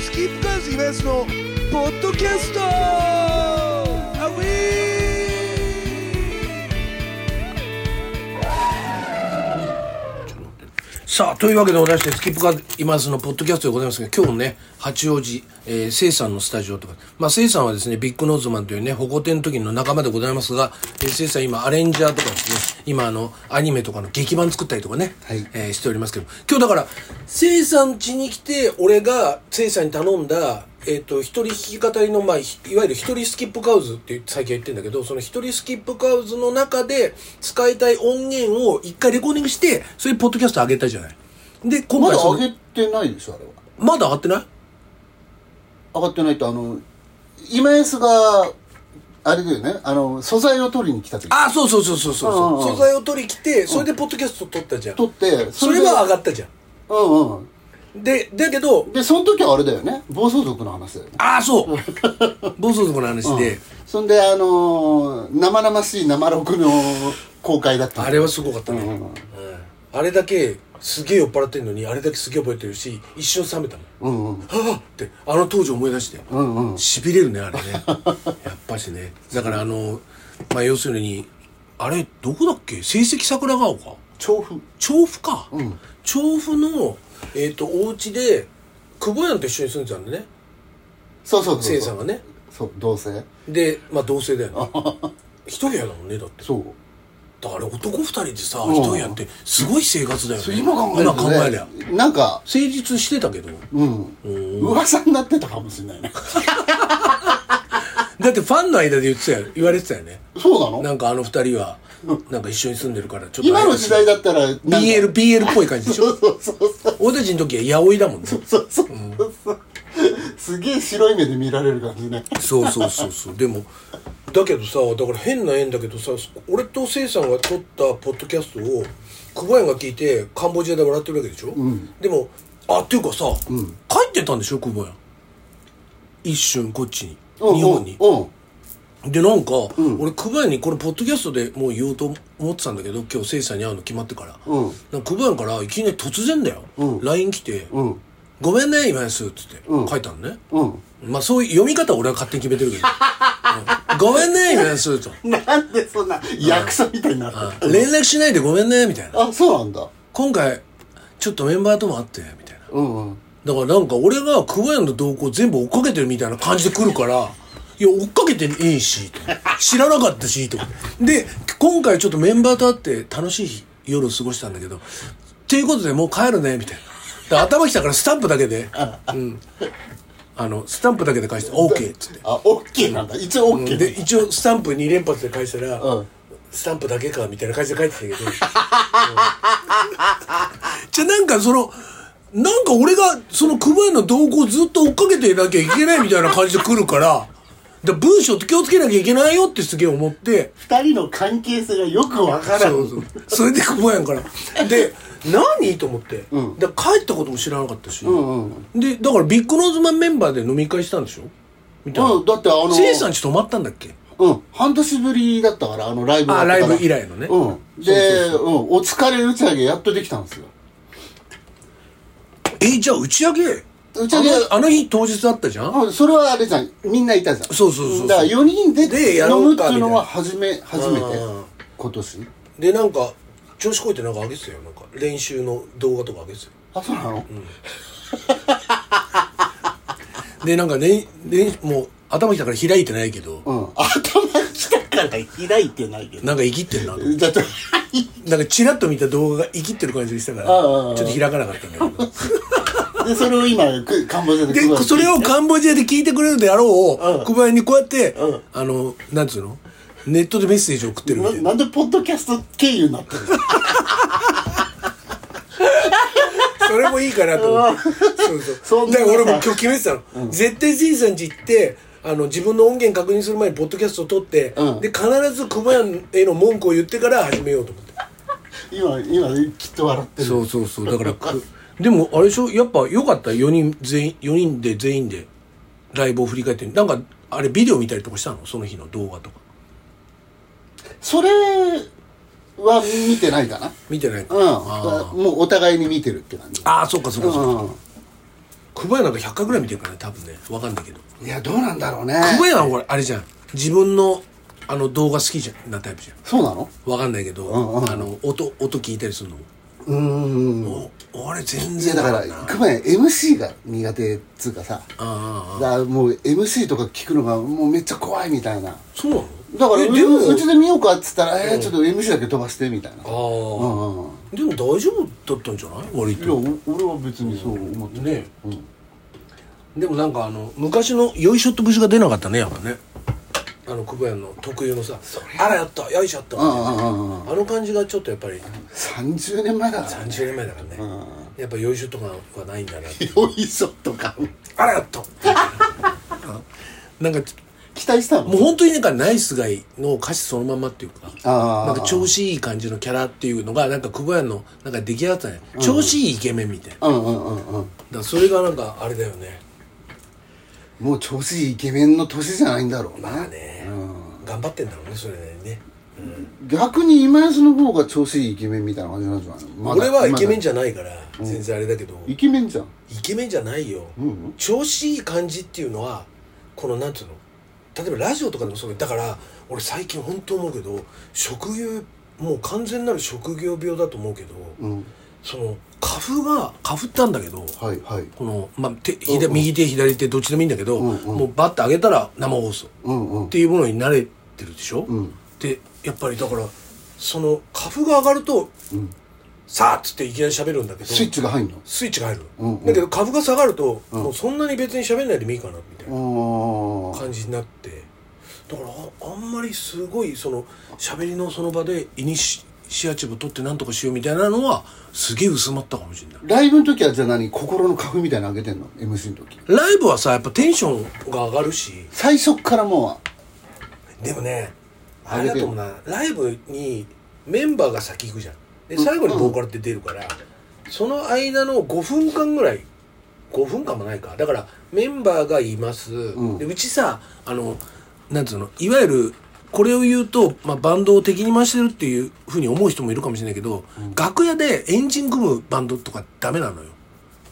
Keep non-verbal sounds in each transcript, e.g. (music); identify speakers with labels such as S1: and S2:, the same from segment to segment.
S1: スキップカーズ東のポッドキャストアウィーさあというわけでございましてスキップカーズ今のポッドキャストでございますが今日もね八王子、えー、聖さんのスタジオとかまあ聖さんはですねビッグノーズマンというね保護店の時の仲間でございますが、えー、聖さん今アレンジャーとかですね今あのアニメとかの劇版作ったりとかね、
S2: はい
S1: えーしておりますけど今日だから聖さん家に来て俺が聖さんに頼んだ、えー、と一人弾き語りの、まあ、ひいわゆる一人スキップカウズって最近は言ってるんだけどその一人スキップカウズの中で使いたい音源を一回レコーディングしてそれポッドキャスト上げたじゃないで今
S2: ま
S1: 回
S2: だ
S1: そ
S2: 上
S1: の
S2: げてないでしょあれは
S1: まだ上がってない
S2: 上がってないとあの今安があれだよねあの素材を取りに来た時
S1: あそうそうそうそうそう
S2: うんうん
S1: そううん素材を取り来てそれでポッドキャスト撮ったじゃん
S2: 取って
S1: それは上
S2: が
S1: がったじゃ
S2: うんうん
S1: でだけど
S2: んでその時はあれだよね暴走族の話だよね
S1: ああそう (laughs) 暴走族の話で、
S2: そんであのー生々しい生録の公開だった
S1: あれはすごかった
S2: う
S1: ね、
S2: んうん
S1: あれだけすげえ酔っ払ってんのにあれだけすげえ覚えてるし一瞬冷めたの
S2: うんう
S1: は
S2: ん
S1: ぁってあの当時思い出して
S2: うんうん
S1: しびれるねあれね (laughs) やっぱしねだからあのまあ要するにあれどこだっけ成績桜川丘
S2: 調布
S1: 調布か、
S2: ん
S1: 調布のえっ、とお家で久保屋と一緒に住んでたんだね
S2: そうそうそ
S1: せ
S2: う
S1: いさ
S2: そ
S1: ん
S2: う
S1: がね
S2: そう同棲
S1: でまあ同棲だよね
S2: (laughs)
S1: 一部屋だもんねだって
S2: そう
S1: だから男二人でさ
S2: ん
S1: 一部屋ってすごい生活だよ
S2: そう
S1: ね
S2: 今考えると、ね、
S1: 今考えりゃ
S2: なんか
S1: 成立してたけど
S2: うん噂になってたかもしれないね
S1: だってファンの間で言ってたよ言われてたよね
S2: そうなの
S1: なんかあの二人はなんか一緒に住んでるからちょっと
S2: 今の時代だったらなんか
S1: BL, BL っぽい感じでし
S2: (laughs)
S1: ょ
S2: そうそうそう
S1: 俺たちの時は八百屋だもんね
S2: そうそうそうそうすげえ白い目で見られる感じね
S1: そうそうそうそうでもだけどさだから変な縁だけどさ俺とせいさんが撮ったポッドキャストを久保屋が聞いてカンボジアで笑ってるわけでしょ、でもあっていうかさ、帰ってたんでしょ久保屋一瞬こっちに
S2: うん
S1: 日本に
S2: うんうん
S1: でなんか、俺久保屋にこれポッドキャストでもう言おうと思ってたんだけど今日せいさんに会うの決まってから、
S2: うん
S1: なんか久保屋からいきなり突然だよ、LINE 来て、
S2: うん
S1: ごめんね今です」っつって、書いたのね、
S2: うん
S1: まあそういう読み方は俺は勝手に決めてるけど「うんごめんね今です」と
S2: なんでそんな役者みたいになる
S1: 「連絡しないでごめんね」みたいな
S2: あそうなんだ
S1: 「今回ちょっとメンバーとも会って」みたいな
S2: うんうん
S1: だからなんか俺が久保屋の動向全部追っかけてるみたいな感じで来るから、いや、追っかけていいし、と知らなかったし、とか。で、今回ちょっとメンバーと会って楽しい夜を過ごしたんだけど、っていうことでもう帰るね、みたいな。で頭きたからスタンプだけで、うん。あの、スタンプだけで返して、OK! っつって。
S2: あオッケーなんだ一応オッケー
S1: で、一応スタンプ2連発で返したら、
S2: うん
S1: スタンプだけかみたいな感じで書いてたけどうんじゃあなんかそのなんか俺がその熊谷の動向をずっと追っかけていなきゃいけないみたいな感じで来るからで文章って気をつけなきゃいけないよってすげえ思って
S2: 二人の関係性がよくわからん
S1: そうそうそれで久保やんからで何と思って、
S2: うん
S1: で帰ったことも知らなかったし、
S2: うんうん
S1: でだからビッグノーズマンメンバーで飲み会したんでしょみたいな、
S2: うんだってあの
S1: せいさんち泊まったんだっけ
S2: うん半年ぶりだったからあのライブ
S1: あ
S2: やっ
S1: ラ
S2: てから
S1: イブ以来のね、
S2: うんでうんお疲れ打ち上げやっとできたんですよ
S1: えじゃあ打ち上げ
S2: 打ち上げ
S1: あのあの日当日あったじゃん
S2: あそれはあれじゃんみんないたじゃん
S1: そうそうそうそう
S2: だから4人で
S1: でや
S2: 飲
S1: ろ
S2: む
S1: う
S2: って
S1: か
S2: いうのは
S1: み
S2: 初め初めて
S1: うん
S2: 今年
S1: でなんか調子こいてなんか上げてたよなんか練習の動画とか上げてたよ
S2: あそうなの、
S1: でなんかねねもう頭きたから開いてないけど、
S2: うん頭きたから開いてないけど
S1: なんか生きってるなと
S2: だって
S1: なんかチラッと見た動画が生きってる感じでしたからち
S2: あああ
S1: ょ
S2: あ
S1: っと開かなか
S2: (laughs)
S1: ったんだけど
S2: でそれを今くカンボジアで
S1: でそれをカンボジアで聞いてくれるであろ
S2: う
S1: うん小林にこうやって、
S2: うん
S1: あのなんつうのネットでメッセージ送ってるみた
S2: ない
S1: な
S2: なんでポッドキャスト経由になってる
S1: それもいいかなと思って。そう (laughs) そ
S2: そ。
S1: うん
S2: な
S1: だから俺も今日決めてたの。絶対じいさんち行って、あの、自分の音源確認する前にポッドキャストを撮って、
S2: うん
S1: で、必ず熊谷への文句を言ってから始めようと思って。
S2: 今今きっと笑って
S1: (laughs)
S2: る
S1: そうそうそう。だから、くでもあれでしょやっぱ良かった。4人全員、4人で全員でライブを振り返って。なんか、あれビデオ見たりとかしたのその日の動画とか。
S2: それは見てないかな
S1: 見てないか
S2: うん
S1: あ
S2: もうお互いに見てるって感じ
S1: あー、そっかそっかそっか。
S2: うん
S1: 久保屋なんか100回ぐらい見てるからね多分ねわかんないけど
S2: いやどうなんだろうね
S1: 久保屋はこれあれじゃん自分のあの動画好きじゃんなタイプじゃ
S2: そうなの
S1: んわかんないけど、
S2: んうん
S1: あの音音聞いたりするの
S2: うーん
S1: お俺全
S2: いや
S1: 然
S2: だか
S1: わ
S2: ら
S1: んない
S2: 熊谷 MC が苦手っつうかさ
S1: あああ
S2: だ
S1: あ
S2: からもう MC とか聞くのがもうめっちゃ怖いみたいな
S1: そうなの
S2: だから
S1: え
S2: う
S1: でも
S2: うちで見ようかっつったら「えー、ちょっと MC だけ飛ばして」みたいな
S1: ああ、
S2: うんうんうん
S1: でも大丈夫だったんじゃない割
S2: いや
S1: と
S2: お俺は別にそう思って
S1: ね
S2: うん
S1: でもなんかあの昔のよいしょって節が出なかったねやっぱねあの久保屋の特有のさ「あらやったよいしょやった」
S2: うんうんうんうん
S1: あの感じがちょっとやっぱり
S2: 30年前だから
S1: 30年前だからね、やっぱよいしょとかはないんだな
S2: (laughs)
S1: って
S2: よいしょとか
S1: あらやった (laughs) なんか
S2: 期待したの
S1: もう本当になんかナイスガイの歌詞そのままっていうか
S2: あー
S1: なんか調子いい感じのキャラっていうのがなんか久保屋のなんか出来上がったね調子いいイケメンみたいなだか
S2: うんうんうんうん
S1: らそれがなんかあれだよね
S2: もう調子いいイケメンの年じゃないんだろうな、
S1: まあね、頑張ってんだろうねそれなりにね
S2: 逆に今安の方が調子いいイケメンみたいな感じなんじゃないの、まだ
S1: 俺はイケメン
S2: ま
S1: じゃないから全然あれだけど、
S2: だイケメンじゃん
S1: イケメンじゃないよ、
S2: ん
S1: 調子いい感じっていうのはこのなんていうの例えばラジオとかでもそうだから俺最近本当思うけど職業もう完全なる職業病だと思うけど、
S2: うん
S1: その花粉が花粉ったんだけど
S2: はいはい
S1: この、まあ、手左右手左手どっちでもいいんだけど、
S2: うんうん
S1: もうバッて上げたら生放送
S2: うんうん
S1: っていうものに慣れてるでしょ、
S2: うん
S1: でやっぱりだからその花粉が上がると
S2: うん
S1: 「さあ」っつっていきなり喋るんだけど
S2: スイッチが入んの
S1: スイッチが入るの、
S2: うんうん
S1: だけど株が下がると、もうそんなに別に喋んないでもいいかなみたいな
S2: ああ
S1: 感じになってだからああんまりすごいその喋りのその場でイニシシアチブ取ってなんとかしようみたいなのはすげえ薄まったかもしれない
S2: ライブの時はじゃあ何心の花粉みたいなのあげてんの MC の時
S1: ライブはさやっぱテンションが上がるし
S2: 最初っからも
S1: でもねあれだと思うなライブにメンバーが先行くじゃんで最後にボーカルって出るから、その間の5分間ぐらい5分間もないかだからメンバーがいます、
S2: ん
S1: でうちさあのなんつうのいわゆるこれを言うと、まあ、バンドを敵に回してるっていうふうに思う人もいるかもしれないけど、楽屋でエンジン組むバンドとかダメなのよ。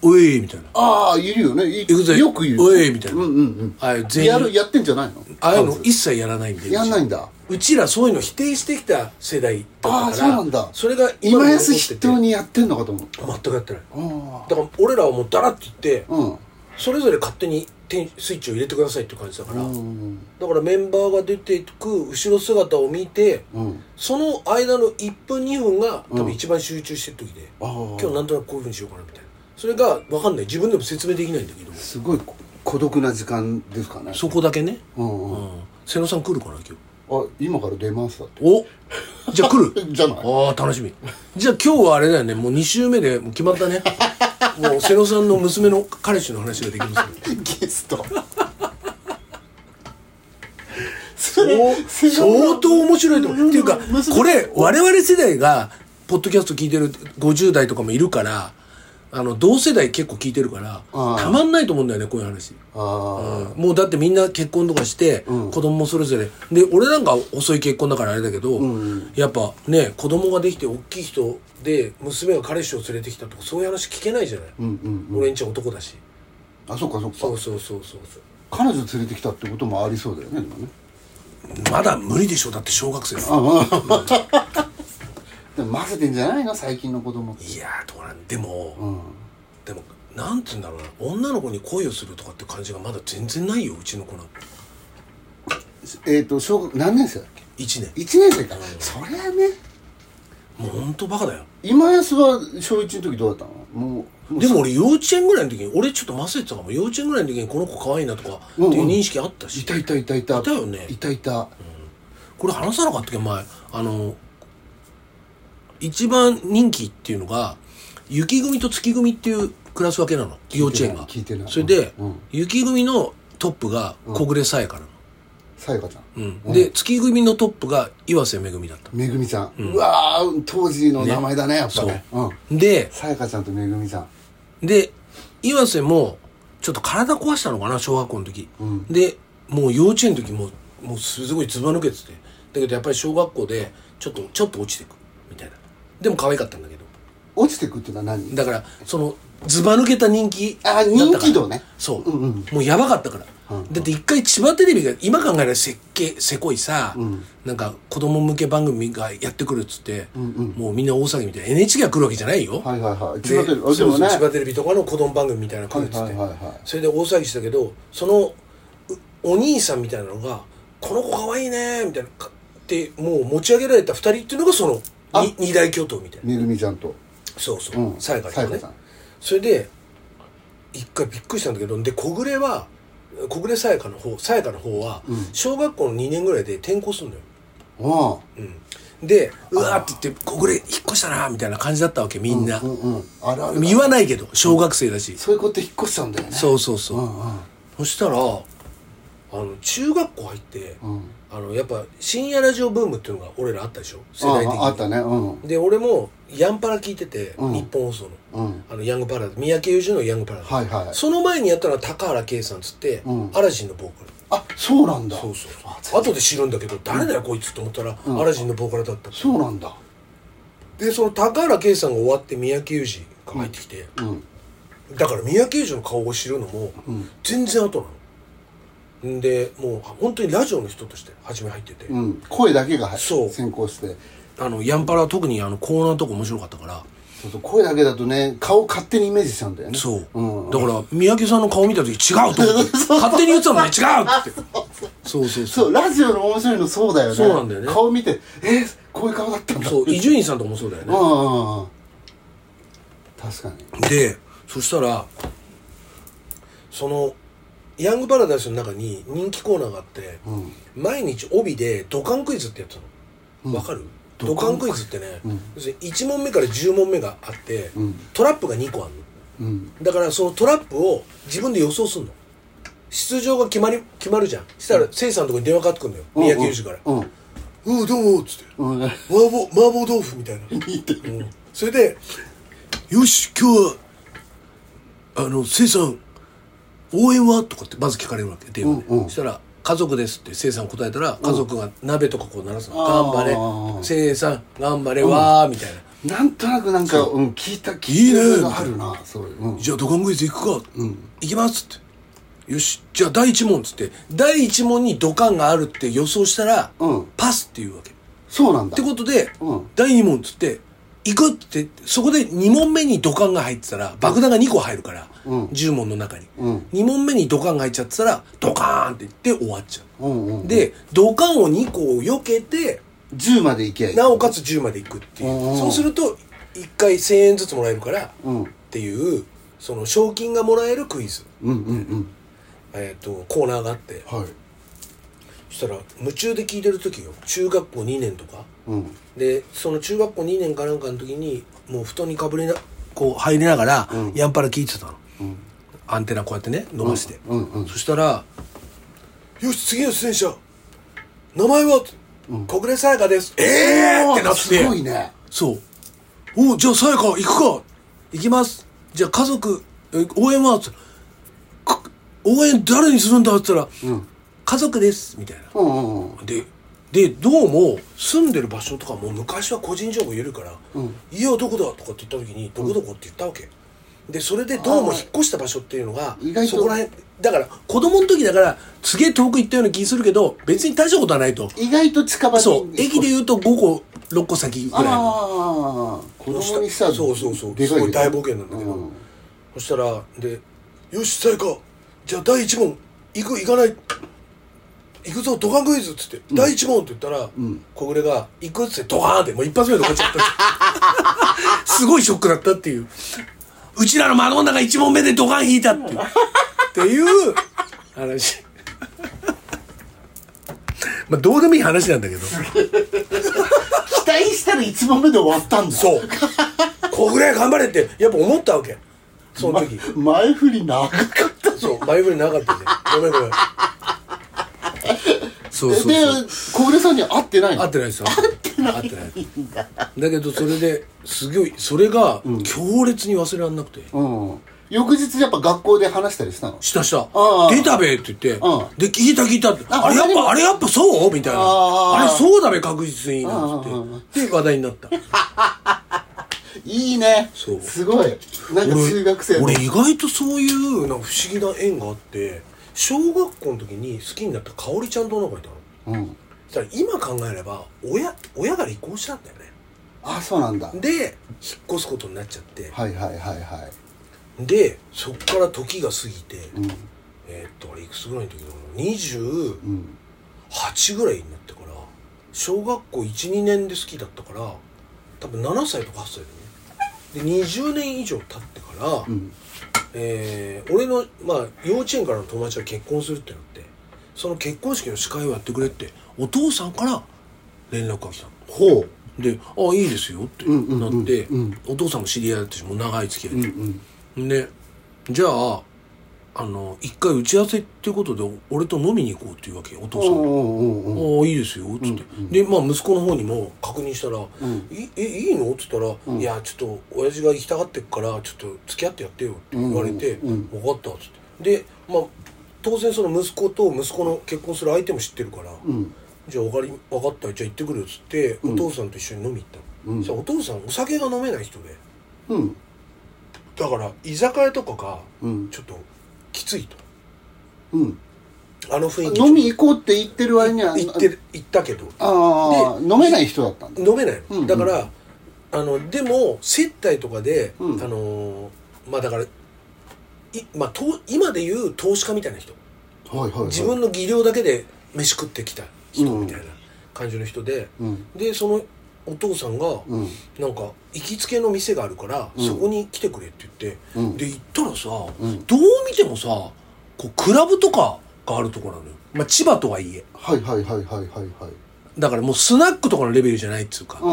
S1: おいみたいな。
S2: うああいるよねい
S1: 行くぜ
S2: よくいる
S1: おいみたいな
S2: うんうんうん
S1: ああいう全員
S2: やるやってんじゃないの
S1: ああいうの一切やらないんで。
S2: やんないんだ
S1: うちらそういうの否定してきた世代だったから
S2: ああそうなんだ
S1: それが
S2: 今
S1: に
S2: 安
S1: 残って
S2: 筆
S1: て
S2: 頭にやってんのかと思った
S1: 全くやってない
S2: あ
S1: だから俺らはもうダラって言って、
S2: あうん
S1: それぞれ勝手にテンスイッチを入れてくださいって感じだから、
S2: うん
S1: だからメンバーが出てく後ろ姿を見て、
S2: うん
S1: その間の1分2分が多分一番集中してる時で、
S2: ああ
S1: 今日なんとなくこういうふうにしようかなみたいなそれが分かんない自分でも説明できないんだけど
S2: すごいこ孤独な時間ですかね
S1: そこだけね、
S2: うん
S1: う
S2: うんあ
S1: ん、瀬野さん来るかな今日
S2: 今から出ますだって
S1: おじゃあ来る
S2: (laughs) じゃない
S1: ああ楽しみじゃあ今日はあれだよねもう2週目でもう決まったねもう瀬野さんの娘の彼氏の話ができますね
S2: ゲストそ
S1: お
S2: れすごい
S1: 相当面白いと思うっていうか
S2: 娘
S1: これ我々世代がポッドキャスト聞いてる50代とかもいるからあの同世代結構聞いてるから
S2: あー
S1: たまんないと思うんだよねこういう話
S2: ああ
S1: もうだってみんな結婚とかして、
S2: うん
S1: 子供もそれぞれで俺なんか遅い結婚だからあれだけど、
S2: うん
S1: やっぱね子供ができて大きい人で娘が彼氏を連れてきたとかそういう話聞けないじゃない、
S2: うんうんうん
S1: 俺んちは男だし
S2: あそっかそっか
S1: そうそうそうそうそ
S2: 彼女連れてきたってこともありそうだよね今ね
S1: うまだ無理でしょだって小学生は
S2: でも混ぜてんじゃないの最近の子供って
S1: いやーどうなんでも、
S2: うん
S1: でもなんて言うんだろうな女の子に恋をするとかって感じがまだ全然ないようちの子なんか
S2: えっ、と小学何年生だっけ
S1: 1年
S2: 1年生か、そりゃね
S1: もうほんとバカだよ
S2: 今安は小1の時どうだったのもうもう
S1: でも俺幼稚園ぐらいの時に俺ちょっと忘れてたかも幼稚園ぐらいの時にこの子可愛いなとかっていう認識あったし、
S2: いたいたいたいた
S1: いたよね
S2: いたいた
S1: これ話さなかったっけ前あの一番人気っていうのが雪組と月組っていうクラス分けなの幼稚園が
S2: 聞いてない
S1: それで、
S2: うんうん
S1: 雪組のトップが小暮さやかなの、
S2: さやかちゃん、
S1: うんで月組のトップが岩瀬めぐみだった
S2: めぐみちゃん、うわー当時の名前だねやっぱねうん
S1: で
S2: さやかちゃんとめぐみちゃん
S1: で岩瀬もちょっと体壊したのかな小学校の時、
S2: ん
S1: でもう幼稚園の時もうもうすごいずば抜けててだけどやっぱり小学校でちょっとちょっと落ちてくみたいなでも可愛かったんだけど
S2: お落ちてくっていうのは何
S1: だからそのずば抜けた人気だったから
S2: あ人気度ね
S1: そう、
S2: うんうん
S1: もうやばかったから、だって一回千葉テレビが今考えたらせっけせこいさ、なんか子供向け番組がやってくるっつって、もうみんな大騒ぎみたいな NHK が来るわけじゃないよ、
S2: はいはいはい
S1: で
S2: 千葉テレビあで
S1: そう
S2: も
S1: そう
S2: ね
S1: 千葉テレビとかの子供番組みたいな感じで、
S2: はいはいはいはい
S1: それで大騒ぎしたけどそのうお兄さんみたいなのが「この子かわいいね」みたいなかってもう持ち上げられた2人っていうのがその
S2: あ
S1: に二大巨頭みたいな
S2: めぐみちゃんと
S1: そうそううん才賀、ちゃんね
S2: 才賀さん
S1: それで一回びっくりしたんだけどで小暮は小暮さやかの方さやかの方は小学校の2年ぐらいで転校するのよ
S2: あ
S1: でうわーって言って「小暮引っ越したな」みたいな感じだったわけみんな、
S2: あうんうんあるある
S1: 言わないけど小学生だし、
S2: そういう子って引っ越しちゃうんだよね
S1: そうそうそう、
S2: うんうん
S1: そしたらあの中学校入って、
S2: うん
S1: あのやっぱ深夜ラジオブームっていうのが俺らあったでしょ世代的に
S2: あああったねうん
S1: で俺もヤンパラ聞いてて、
S2: うん
S1: 日本放送の
S2: うん
S1: あのヤングパラダイス三宅裕二のヤングパラダイス、
S2: はいはい
S1: その前にやったのは高原圭さんっつって、
S2: うん
S1: アラジンのボーカル
S2: あそうなんだ
S1: そうそうそう後で知るんだけど誰だよこいつと思ったら、
S2: うん
S1: アラジンのボーカルだった
S2: そうなんだ
S1: でその高原圭さんが終わって三宅裕二が入ってきて、
S2: うん
S1: だから三宅裕二の顔を知るのも
S2: うん
S1: 全然後なのんでもう本当にラジオの人として初め入ってて、
S2: うん声だけが
S1: そう
S2: 先行して
S1: あのヤンパラは特にあのコーナーのとこ面白かったから、
S2: そうそう声だけだとね顔勝手にイメージしちゃうんだよね
S1: そう、
S2: うん
S1: だから三宅さんの顔見た時違 (laughs) うと思って勝手に言ってたのに違うってそうそうそう
S2: そうラジオの面白いのそうだよね
S1: そうなんだよね
S2: 顔見てえこういう顔だったんだ
S1: そう伊集院さんとかもそうだよ
S2: うん
S1: ね
S2: うんうん確かに
S1: でそしたらそのヤングパラダイスの中に人気コーナーがあって、
S2: うん
S1: 毎日帯でドカンクイズってやってたのわ、かるドカンクイズってね、要するに1問目から10問目があって、
S2: ん
S1: トラップが2個あるの
S2: うん
S1: だからそのトラップを自分で予想するの出場が決まり決まるじゃんそしたらせいさんのとこに電話かかってくるのよ三宅裕二から「
S2: うん
S1: うんどうも」っつって
S2: うんうん
S1: 「麻婆麻婆豆腐」みたいなうんそれで「よし今日はあのせいさん応援は?」とかってまず聞かれるわけ電話で、
S2: うんうん
S1: そしたら「家族です」ってせいさん答えたら家族が鍋とかこう鳴らすの「
S2: あー
S1: 頑張れせいさん頑張れわー」みたいな
S2: なんとなくなんかうん聞いた聞
S1: いい
S2: い
S1: ね
S2: たことがあるなそういううん
S1: じゃあドカンクイズ行くか、行きますってよしじゃあ第1問っつって第1問にドカンがあるって予想したら、
S2: うん
S1: パスっていうわけっ
S2: そうなんだ
S1: てことで、
S2: うん
S1: 第2問っつって行くってそこで2問目にドカンが入ってたら爆弾が2個入るから、
S2: うん
S1: 10問の中に、
S2: うん
S1: 2問目にドカンが入っちゃってたらドカーンって言って終わっちゃ
S2: うんうん
S1: うでドカンを2個を避けて
S2: 10までいけ
S1: なおかつ10まで行くっていう、
S2: うんうん
S1: そうすると1回1000円ずつもらえるから、
S2: うん
S1: っていうその賞金がもらえるクイズ、
S2: うんうんうん
S1: えー、とコーナーがあって
S2: はい
S1: そしたら夢中で聞いてる時よ中学校2年とか
S2: うん
S1: でその中学校2年かなんかの時にもう布団にかぶりなこう入りながら、やんぱら聞いてたの、アンテナこうやってね伸ばして、
S2: うんうん
S1: そしたら「よし次の出演者名前は?」小暮さやかです」えー!」ってなって
S2: すごいね
S1: そう。おじゃあ、さやか、行くか行きます。じゃあ、家族、え応援はつか応援誰にするんだって言ったら、家族です、みたいな。
S2: うんうんうん
S1: で、で、どうも、住んでる場所とかも昔は個人情報緩いから、家はどこだとかって言った時に、どこどこって言ったわけ。で、それでどうも引っ越した場所っていうのが、
S2: 意外と
S1: そこら辺、だから、子供の時だから、すげえ遠く行ったような気するけど、別に大したことはないと。
S2: 意外と近場に
S1: そう、駅で言うと5個、6個先ぐらいの。
S2: ああ子供にしたら
S1: そうそうそう
S2: でか
S1: すごい
S2: い
S1: 大冒険なんだけど、そしたらで「よしさやかじゃあ第1問行く行かない行くぞドカンクイズ」っつって「第1問」って言ったら、小暮が「行く」っつってドカーンってもう一発目で終わっちゃったすごいショックだったっていううちらの真ん中1問目でドカン引いたっていうっていう話まあどうでもいい話なんだけど
S2: 期待したら1問目で終わったんだ
S1: そう小暮頑張れってやっぱ思ったわけその時、
S2: 前振り長かった
S1: そう、前振りなかったね。ごめんごめん。そうそうそう。
S2: で小暮さんには会ってないの
S1: 合ってないですよ。合ってない。だけど、それで、すごい、それが、強烈に忘れられなくて。
S2: うん翌日やっぱ学校で話したりしたの
S1: したした
S2: ああ。
S1: 出たべって言って、
S2: う
S1: で、聞いた聞いたって。
S2: あ
S1: あれやっ
S2: 他にも
S1: ぱ、あれやっぱそうみたいな。
S2: ああ
S1: あれそうだべ、確実に。なんつ
S2: あああ
S1: って。で、話題になった。
S2: いいね
S1: そう
S2: すごいなんか中学生の
S1: 俺俺意外とそういうなんか不思議な縁があって小学校の時に好きになった香織ちゃんと女の子がいたの
S2: うん、
S1: そしたら今考えれば親親が離婚したんだよね
S2: あそうなんだはい
S1: で引っ越すことになっちゃって
S2: はいはいはい
S1: でそっから時が過ぎて、
S2: うん
S1: えーっとあれいくつぐらいの時だろう
S2: うん
S1: 28ぐらいになってから小学校12年で好きだったから多分7歳とか8歳だよねで20年以上経ってから、
S2: うん
S1: えー俺の、まあ、幼稚園からの友達が結婚するってなってその結婚式の司会をやってくれってお父さんから連絡が来たの
S2: ほう
S1: で「ああいいですよ」って
S2: うんうん
S1: な
S2: う
S1: っ
S2: ん
S1: て、
S2: うん
S1: お父さんも知り合いだったしもう長い付き合い
S2: うん
S1: で、
S2: うん
S1: でじゃああの一回打ち合わせってことで俺と飲みに行こうっていうわけお父
S2: おう
S1: さんが
S2: おうおうおう
S1: ああいいですよ」っつって、
S2: うん
S1: でまあ息子の方にも確認したら「
S2: ん
S1: いえいいの?」っつったら、いやちょっと親父が行きたがってっからちょっと付き合ってやってよ」って言われて「
S2: うんう
S1: 分
S2: ん
S1: かった」っつってでまあ当然その息子と息子の結婚する相手も知ってるから「
S2: うん
S1: じゃあ分かり分かったじゃあ行ってくる」っつって、お父さんと一緒に飲み行ったの、
S2: うん
S1: そしたらお父さんお酒が飲めない人で
S2: うん
S1: だから居酒屋とかが
S2: うん
S1: ちょっときついと、
S2: うん
S1: あの雰囲気
S2: 飲み行こうって言ってる割には
S1: 行ってる行ったけど
S2: ああ飲めない人だったんだ
S1: 飲めないの、
S2: うんうん
S1: だからあのでも接待とかで、
S2: うん
S1: あのーまあだからい、まあ、と今で言う投資家みたいな人
S2: はいはいはい
S1: 自分の技量だけで飯食ってきた人みたいな感じの人で、
S2: うん
S1: でそのお父さんが、
S2: うん
S1: なんか行きつけの店があるから、
S2: うん
S1: そこに来てくれって言って、
S2: うん
S1: で行ったらさ、
S2: ん
S1: どう見てもさこうクラブとかがあるところなのよ、まあ、千葉とはいえ
S2: はいはいはいはいはいはい
S1: だからもうスナックとかのレベルじゃないっつうか、
S2: う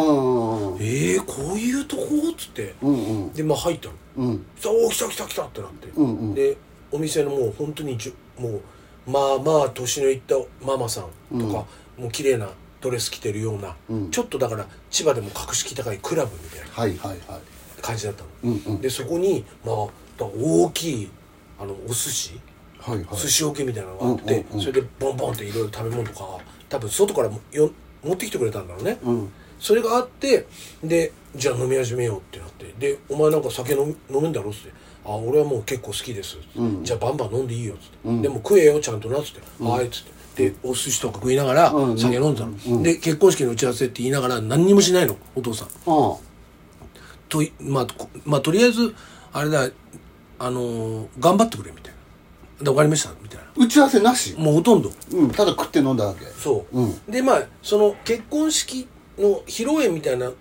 S2: ん
S1: ええー、こういうとこっつって
S2: うん
S1: でまあ入ったの
S2: うん
S1: さあおー来た来た来たってなって、
S2: うんうん
S1: でお店のもう本当にじゅもうまあまあ年のいったママさんとか、もう綺麗なドレス着てるような、
S2: うん
S1: ちょっとだから千葉でも格式高いクラブみたいな
S2: はいはいはい
S1: 感じだったの、
S2: うんうん
S1: でそこにまあだから大きいあのお寿司
S2: はいはい
S1: 寿司置きみたいなのがあって、
S2: うんうんうん
S1: それでボンボンっていろいろ食べ物とか多分外からもよ持ってきてくれたんだろうね、
S2: うん
S1: それがあってでじゃあ飲み始めようってなってで「お前なんか酒飲む飲むんだろ?」っつって「あ俺はもう結構好きです」
S2: うん
S1: じゃあバンバン飲んでいいよ」っつって、
S2: うん
S1: でも食えよちゃんとな」っつって「はい」っつって。でお寿司とか食いながら
S2: うん
S1: 酒飲んでたの、
S2: うん
S1: で結婚式の打ち合わせって言いながら何にもしないのお父さん
S2: ああ
S1: とい、まあ、こまあとりあえずあれだあのー頑張ってくれみたいな「で分かりました」みたいな
S2: 打ち合わせなし
S1: もうほとんど
S2: うんただ食って飲んだわけ
S1: そう、
S2: うん
S1: でまあその結婚式の披露宴みたいなの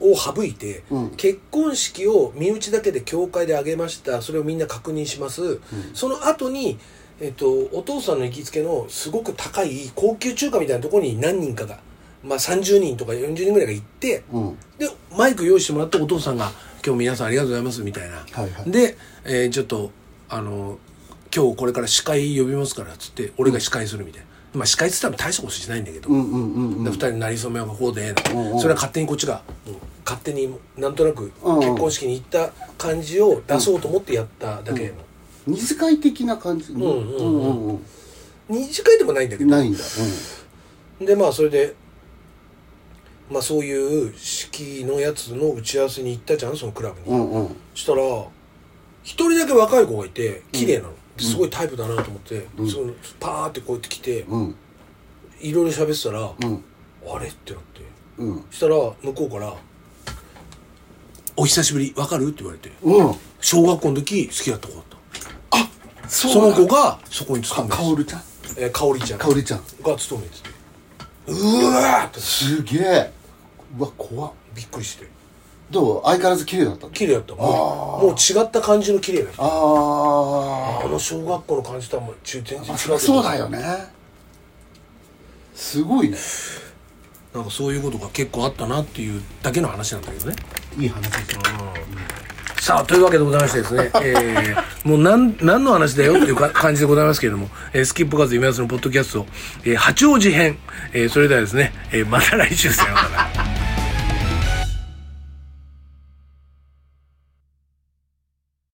S1: を省いて、
S2: うん
S1: 結婚式を身内だけで教会で挙げましたそれをみんな確認します、その後にえっとお父さんの行きつけのすごく高い高級中華みたいなところに何人かが、まあ、30人とか40人ぐらいが行って
S2: うん
S1: でマイク用意してもらってお父さんが「今日皆さんありがとうございます」みたいな、
S2: はいはい
S1: で、えーちょっとあの今日これから司会呼びますからっつって俺が司会するみたいな、まあ司会っつったら大したことしないんだけど、
S2: う
S1: で
S2: んうんうんうん
S1: 二人のなりそめはこうで、
S2: うんうん
S1: それは勝手にこっちがもう勝手になんとなく
S2: うんうん
S1: 結婚式に行った感じを出そうと思ってやっただけの、
S2: 二次会的な感じうん
S1: うんうん
S2: んうん
S1: 二次会でもないんだけど
S2: ないんだ
S1: でまあそれでまあそういう式のやつの打ち合わせに行ったじゃんそのクラブに。
S2: うんうんうん
S1: したら一人だけ若い子がいて綺麗なの、ですごいタイプだなと思って、そのパーってこうやって来て
S2: うん
S1: いろいろ喋ってたら、
S2: うん
S1: あれってなって
S2: うん
S1: そしたら向こうから「お久しぶりわかる?」って言われて
S2: うん
S1: 小学校の時好きだった子だったそ
S2: そう
S1: の子がそこに勤めて
S2: かおるちゃん
S1: えー、香織ちゃん
S2: か
S1: が
S2: おりちゃん
S1: 勤めててうわーって
S2: すげえうわ怖っ
S1: びっくりして
S2: どう相変わらず綺麗だったの
S1: 綺麗だったもうもう違った感じの綺麗な人
S2: あ
S1: あの小学校の感じとはもう全然違うけ
S2: あ
S1: ど
S2: そりゃそうだよねすごいね
S1: なんかそういうことが結構あったなっていうだけの話なんだけどね。
S2: いい話ですよ
S1: さあ、というわけでございましてです
S2: (laughs)
S1: ね、えー、もうなん、何の話だよっていうか感じでございますけれども、えースキップカズ夢安のポッドキャスト、えー八王子編、えーそれではですね、えーまた来週さようなら。